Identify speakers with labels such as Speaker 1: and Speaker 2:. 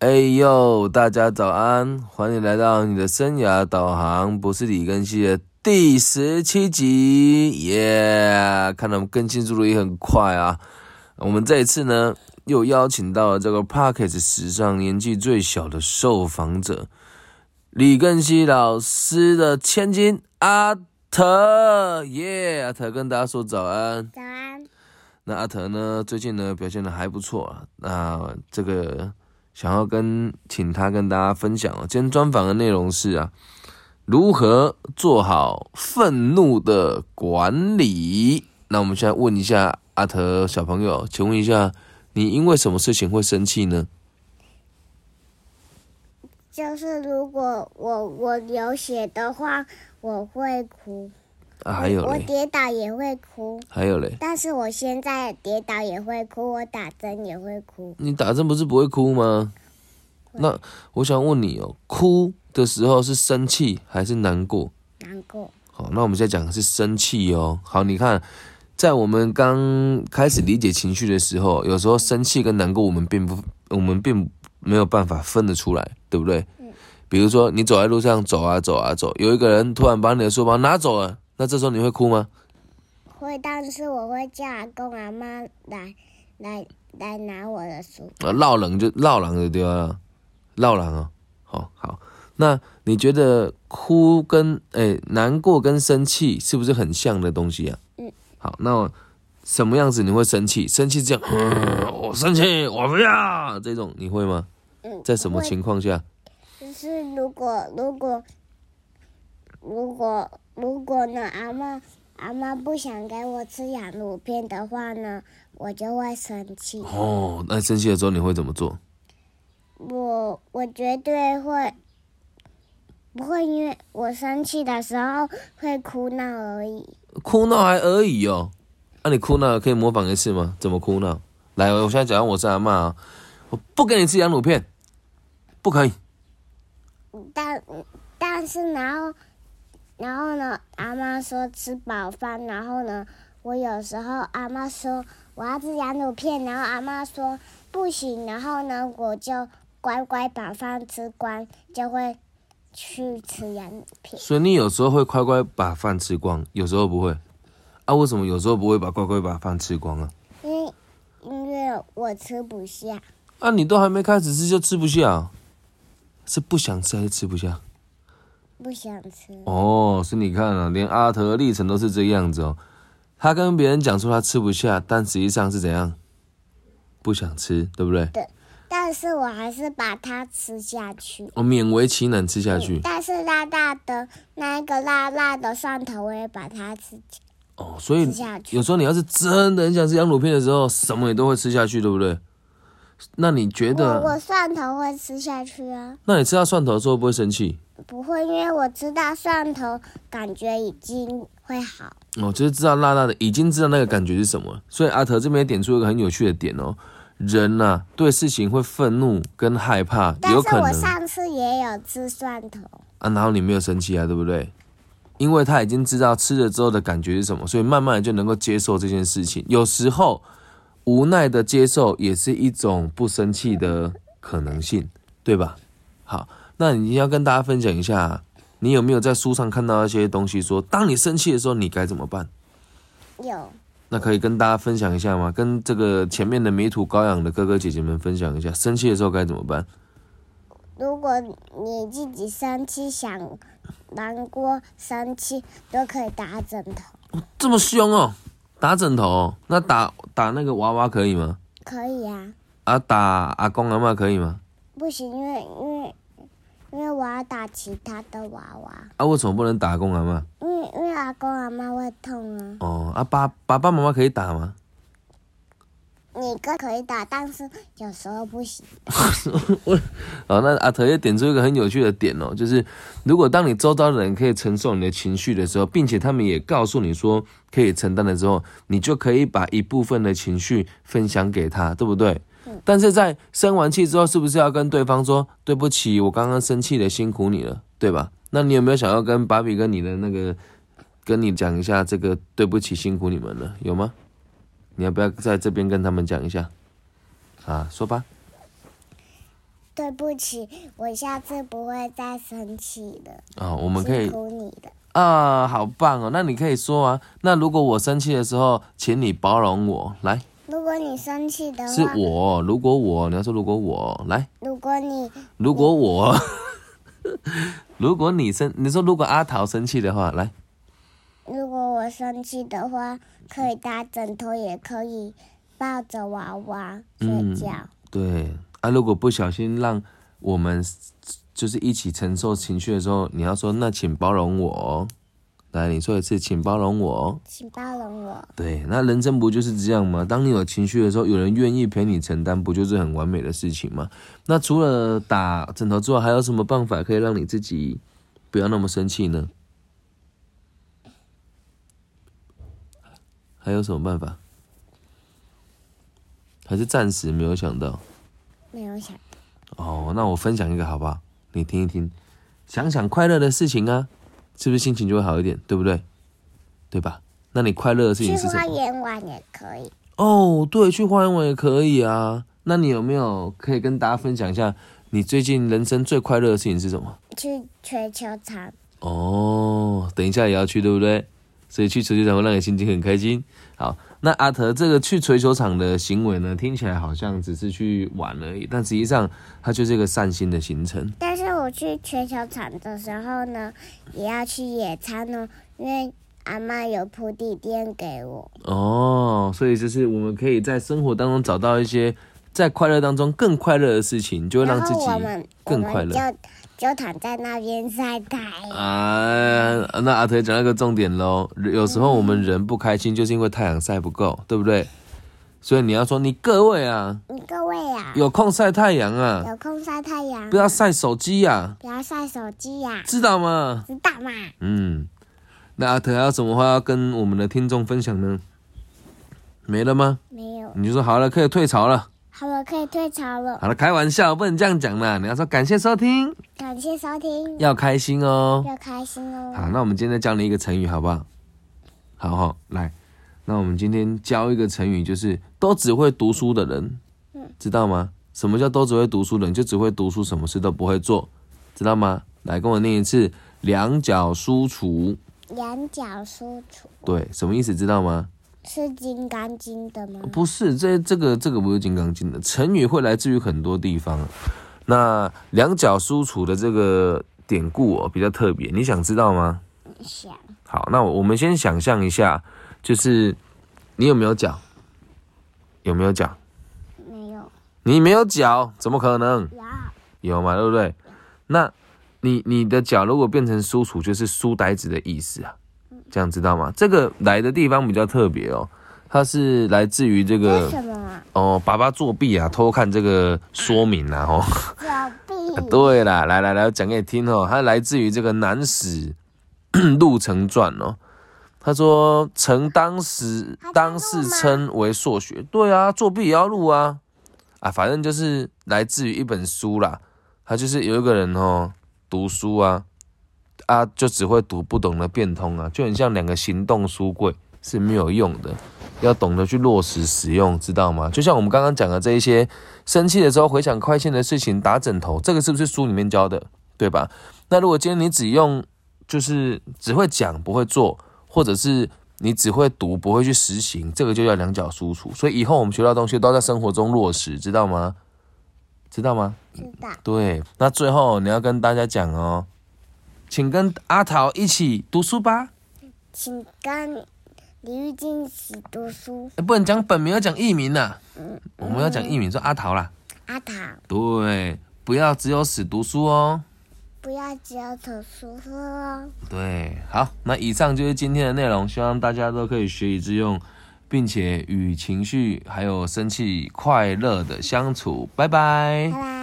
Speaker 1: 哎呦，大家早安，欢迎来到你的生涯导航，不是李根熙的第十七集，耶、看到我们更新速度也很快啊。我们这一次呢，又邀请到了这个 Pocket 史上年纪最小的受访者，李根熙老师的千金阿特，耶、阿特跟大家说早安。
Speaker 2: 早安，
Speaker 1: 那阿腾呢，最近呢表现的还不错啊。那这个想要跟请他跟大家分享哦，今天专访的内容是啊，如何做好愤怒的管理。那我们现在问一下阿腾小朋友，请问一下，你因为什么事情会生气呢？
Speaker 2: 就是如果我我流血的话，我会哭。
Speaker 1: 啊，还有
Speaker 2: 我
Speaker 1: 嘞，
Speaker 2: 跌倒也会哭，
Speaker 1: 还有嘞，
Speaker 2: 但是我现在跌倒也会哭，我打针也会哭。
Speaker 1: 你打针不是不会哭吗？那我想问你哦，哭的时候是生气还是难过？
Speaker 2: 难过，
Speaker 1: 好，那我们现在讲的是生气哦。好，你看，在我们刚开始理解情绪的时候，有时候生气跟难过，我们并不，我们并没有办法分得出来，对不对？
Speaker 2: 嗯
Speaker 1: 比如说，你走在路上走啊走啊走，有一个人突然把你的书包拿走了，那这时候你会哭吗？
Speaker 2: 会，但是我会叫阿公阿妈来来来拿我的书。
Speaker 1: 啊，绕人就绕人就对了，绕人哦。好、好，那你觉得哭跟诶、难过跟生气是不是很像的东西啊？
Speaker 2: 嗯。
Speaker 1: 好，那什么样子你会生气？生气是这样，嗯我生气，我不要这种，你会吗？
Speaker 2: 嗯，
Speaker 1: 在什么情况下？
Speaker 2: 会？就是如果如果如果如果呢，阿妈阿妈不想给我吃羊乳片的话呢，我就会生气。
Speaker 1: 哦，那生气的时候你会怎么做？
Speaker 2: 我我绝对会，不会因为我生气的时候会哭闹而已。
Speaker 1: 哭闹还而已哦。那、你哭闹可以模仿一次吗？怎么哭闹？来，我现在讲我是阿嬷啊，我不给你吃羊乳片，不可以。
Speaker 2: 但但是然后然后呢，阿妈说吃饱饭，然后呢，我有时候阿妈说我要吃羊乳片，然后阿妈说不行，然后呢，我就乖乖把饭吃光，就会去吃羊乳片。
Speaker 1: 所以你有时候会乖乖把饭吃光，有时候不会。啊，为什么有时候不会把乖乖把饭吃光啊？
Speaker 2: 因为因为我吃不下，
Speaker 1: 啊，你都还没开始吃就吃不下啊、是不想吃还是吃不下？
Speaker 2: 不想吃。
Speaker 1: 哦，是你看啊，连阿德的历程都是这样子哦。他跟别人讲说他吃不下，但实际上是怎样？不想吃，对不对？
Speaker 2: 但是我还是把它吃下去。
Speaker 1: 我哦勉为其难吃下去。
Speaker 2: 但是辣辣的那一个辣辣的蒜头，我也把它吃
Speaker 1: 哦，所以
Speaker 2: 吃下去
Speaker 1: 有时候你要是真的很想吃羊乳片的时候，什么也都会吃下去，对不对？那你觉
Speaker 2: 我
Speaker 1: 得？
Speaker 2: 我蒜头会吃下去啊，
Speaker 1: 那你吃到蒜头的时候会不会生气？
Speaker 2: 不会，因为我吃到蒜头，感觉已经会好。
Speaker 1: 哦，就是知道辣辣的，已经知道那个感觉是什么了。所以阿德这边也点出一个很有趣的点哦，人呐、对事情会愤怒跟害怕，
Speaker 2: 但
Speaker 1: 有
Speaker 2: 是
Speaker 1: 可
Speaker 2: 我
Speaker 1: 能
Speaker 2: 上次也有吃蒜头，
Speaker 1: 啊，然后你没有生气啊，对不对？因为他已经知道吃了之后的感觉是什么，所以慢慢的就能够接受这件事情。有时候无奈的接受也是一种不生气的可能性，对吧？好，那你要跟大家分享一下，你有没有在书上看到一些东西说当你生气的时候你该怎么办？
Speaker 2: 有
Speaker 1: 那可以跟大家分享一下吗？跟这个前面的迷途羔羊的哥哥姐姐们分享一下，生气的时候该怎么办？
Speaker 2: 如果你自己生气想难过生气，都可以打枕头，
Speaker 1: 这么凶哦，打枕头哦、那打打那个娃娃可以吗？
Speaker 2: 可以啊。
Speaker 1: 啊，打阿公阿嬷可以吗？
Speaker 2: 不行，因为因为因为我要打其他的娃娃。
Speaker 1: 啊，为什么不能打阿公阿嬷？
Speaker 2: 因为因为阿公阿妈会痛啊。
Speaker 1: 哦，啊爸爸爸妈妈可以打吗？
Speaker 2: 你哥可以打，但是有时候不行。
Speaker 1: 哦，那阿特也点出一个很有趣的点哦，就是如果当你周遭的人可以承受你的情绪的时候，并且他们也告诉你说可以承担的时候，你就可以把一部分的情绪分享给他，对不对？
Speaker 2: 嗯
Speaker 1: 但是在生完气之后，是不是要跟对方说对不起，我刚刚生气了，辛苦你了，对吧？那你有没有想要跟芭比跟你的那个跟你讲一下这个对不起，辛苦你们了，有吗？你要不要在这边跟他们讲一下？啊，说吧。
Speaker 2: 对不起，我下次不会再生气了，
Speaker 1: 啊、我们可
Speaker 2: 辛
Speaker 1: 以
Speaker 2: 苦你了。
Speaker 1: 啊，好棒哦！那你可以说啊，那如果我生气的时候，请你包容我。来，
Speaker 2: 如果你生气的
Speaker 1: 是
Speaker 2: 话，
Speaker 1: 我，如果我，你要说如果我来，
Speaker 2: 如果你
Speaker 1: 如果我， 如果你生，你说如果阿桃生气的话，来，
Speaker 2: 如果我生气的话，可以打枕头，也可以抱着娃娃睡
Speaker 1: 嗯
Speaker 2: 觉。
Speaker 1: 对啊，如果不小心让我们就是一起承受情绪的时候，你要说那请包容我哦。来，你说一次，请包容我哦。
Speaker 2: 请包容我，
Speaker 1: 对，那人生不就是这样吗？当你有情绪的时候，有人愿意陪你承担，不就是很完美的事情吗？那除了打枕头之外，还有什么办法可以让你自己不要那么生气呢？还有什么办法？还是暂时没有想到
Speaker 2: 没有想到
Speaker 1: 哦。那我分享一个好不好？你听一听，想想快乐的事情啊，是不是心情就会好一点？对不对？对吧？那你快乐的事情
Speaker 2: 去
Speaker 1: 是什么
Speaker 2: 花？园玩也可以。
Speaker 1: 哦，对，去花园玩也可以啊。那你有没有可以跟大家分享一下，你最近人生最快乐的事情是什么？
Speaker 2: 去吹球场，
Speaker 1: 哦，等一下也要去，对不对？所以去球球场会让你心情很开心。好，那阿德这个去锤球场的行为呢，听起来好像只是去玩而已，但实际上它就是一个善心的行程。
Speaker 2: 但是我去吹球场的时候呢，也要去野餐哦，因为阿妈有铺地垫给我。
Speaker 1: 哦，所以就是我们可以在生活当中找到一些在快乐当中更快乐的事情，就会让
Speaker 2: 然
Speaker 1: 自
Speaker 2: 后
Speaker 1: 己
Speaker 2: 我们我
Speaker 1: 更快
Speaker 2: 们
Speaker 1: 乐。
Speaker 2: 就就躺在那边晒太阳，
Speaker 1: 啊，那阿腿讲到一个重点喽。有时候我们人不开心，就是因为太阳晒不够，对不对？所以你要说，你各位啊，
Speaker 2: 你各位啊，
Speaker 1: 有空晒太阳啊，
Speaker 2: 有空晒太阳，
Speaker 1: 不要晒手机呀、啊，
Speaker 2: 不要晒手机呀、
Speaker 1: 知道吗？
Speaker 2: 知道吗？
Speaker 1: 嗯，那阿腿还有什么话要跟我们的听众分享呢？没了吗？
Speaker 2: 没有，
Speaker 1: 你就说好了，可以退潮了。
Speaker 2: 好了，可以退潮了。
Speaker 1: 好了，开玩笑，不能这样讲啦。你要说感谢收听，
Speaker 2: 感谢收听，
Speaker 1: 要开心哦。
Speaker 2: 要开心
Speaker 1: 嗯好，
Speaker 2: 哦。
Speaker 1: 那我们今天教你一个成语，好不好？好好，来，那我们今天教一个成语，就是都只会读书的人，知道吗？什么叫都只会读书的人？就只会读书，什么事都不会做，知道吗？来，跟我念一次，两脚书橱，
Speaker 2: 羊角书橱
Speaker 1: 对，什么意思？知道吗？
Speaker 2: 是《金刚经》的吗？
Speaker 1: 不是，这这个这个不是《金刚经》的成语，会来自于很多地方。那两脚书橱的这个典故哦，比较特别，你想知道吗？
Speaker 2: 想
Speaker 1: 好，那我我们先想象一下，就是你有没有脚？有没有脚？
Speaker 2: 没有。
Speaker 1: 你没有脚，怎么可能
Speaker 2: 有
Speaker 1: 有嘛？对不对？那你你的脚如果变成书橱，就是书呆子的意思啊，这样知道吗？这个来的地方比较特别哦，它是来自于这
Speaker 2: 为
Speaker 1: 个
Speaker 2: 什么啊？
Speaker 1: 哦，爸爸作弊啊，偷看这个说明啊，哦。
Speaker 2: 作
Speaker 1: 啊
Speaker 2: 弊。
Speaker 1: 对啦，来来来，我讲给你听哦，它来自于这个《南史陆程传》哦。他说：“曾当时
Speaker 2: 还在录吗
Speaker 1: 当世称为硕学，对啊，作弊也要录啊，啊，反正就是来自于一本书啦。他就是有一个人哦，读书啊，啊，就只会读，不懂得变通啊，就很像两个行动书柜是没有用的，要懂得去落实使用，知道吗？就像我们刚刚讲的这一些，生气的时候回想快线的事情，打枕头，这个是不是书里面教的，对吧？那如果今天你只用，就是只会讲不会做，或者是你只会读不会去实行，这个就叫两脚输出。所以以后我们学到的东西都要在生活中落实，知道吗？知道吗？
Speaker 2: 知道。
Speaker 1: 对，那最后你要跟大家讲哦，请跟阿桃一起读书吧。
Speaker 2: 请跟李玉静一起读书。
Speaker 1: 哎诶不能讲本名，要讲艺名呐、我们要讲艺名，说阿桃啦。
Speaker 2: 阿桃，
Speaker 1: 对，不要只有死读书哦。
Speaker 2: 不要只有读书喝哦。
Speaker 1: 对，好，那以上就是今天的内容，希望大家都可以学以致用，并且与情绪还有生气快乐的相处。拜拜
Speaker 2: 拜拜。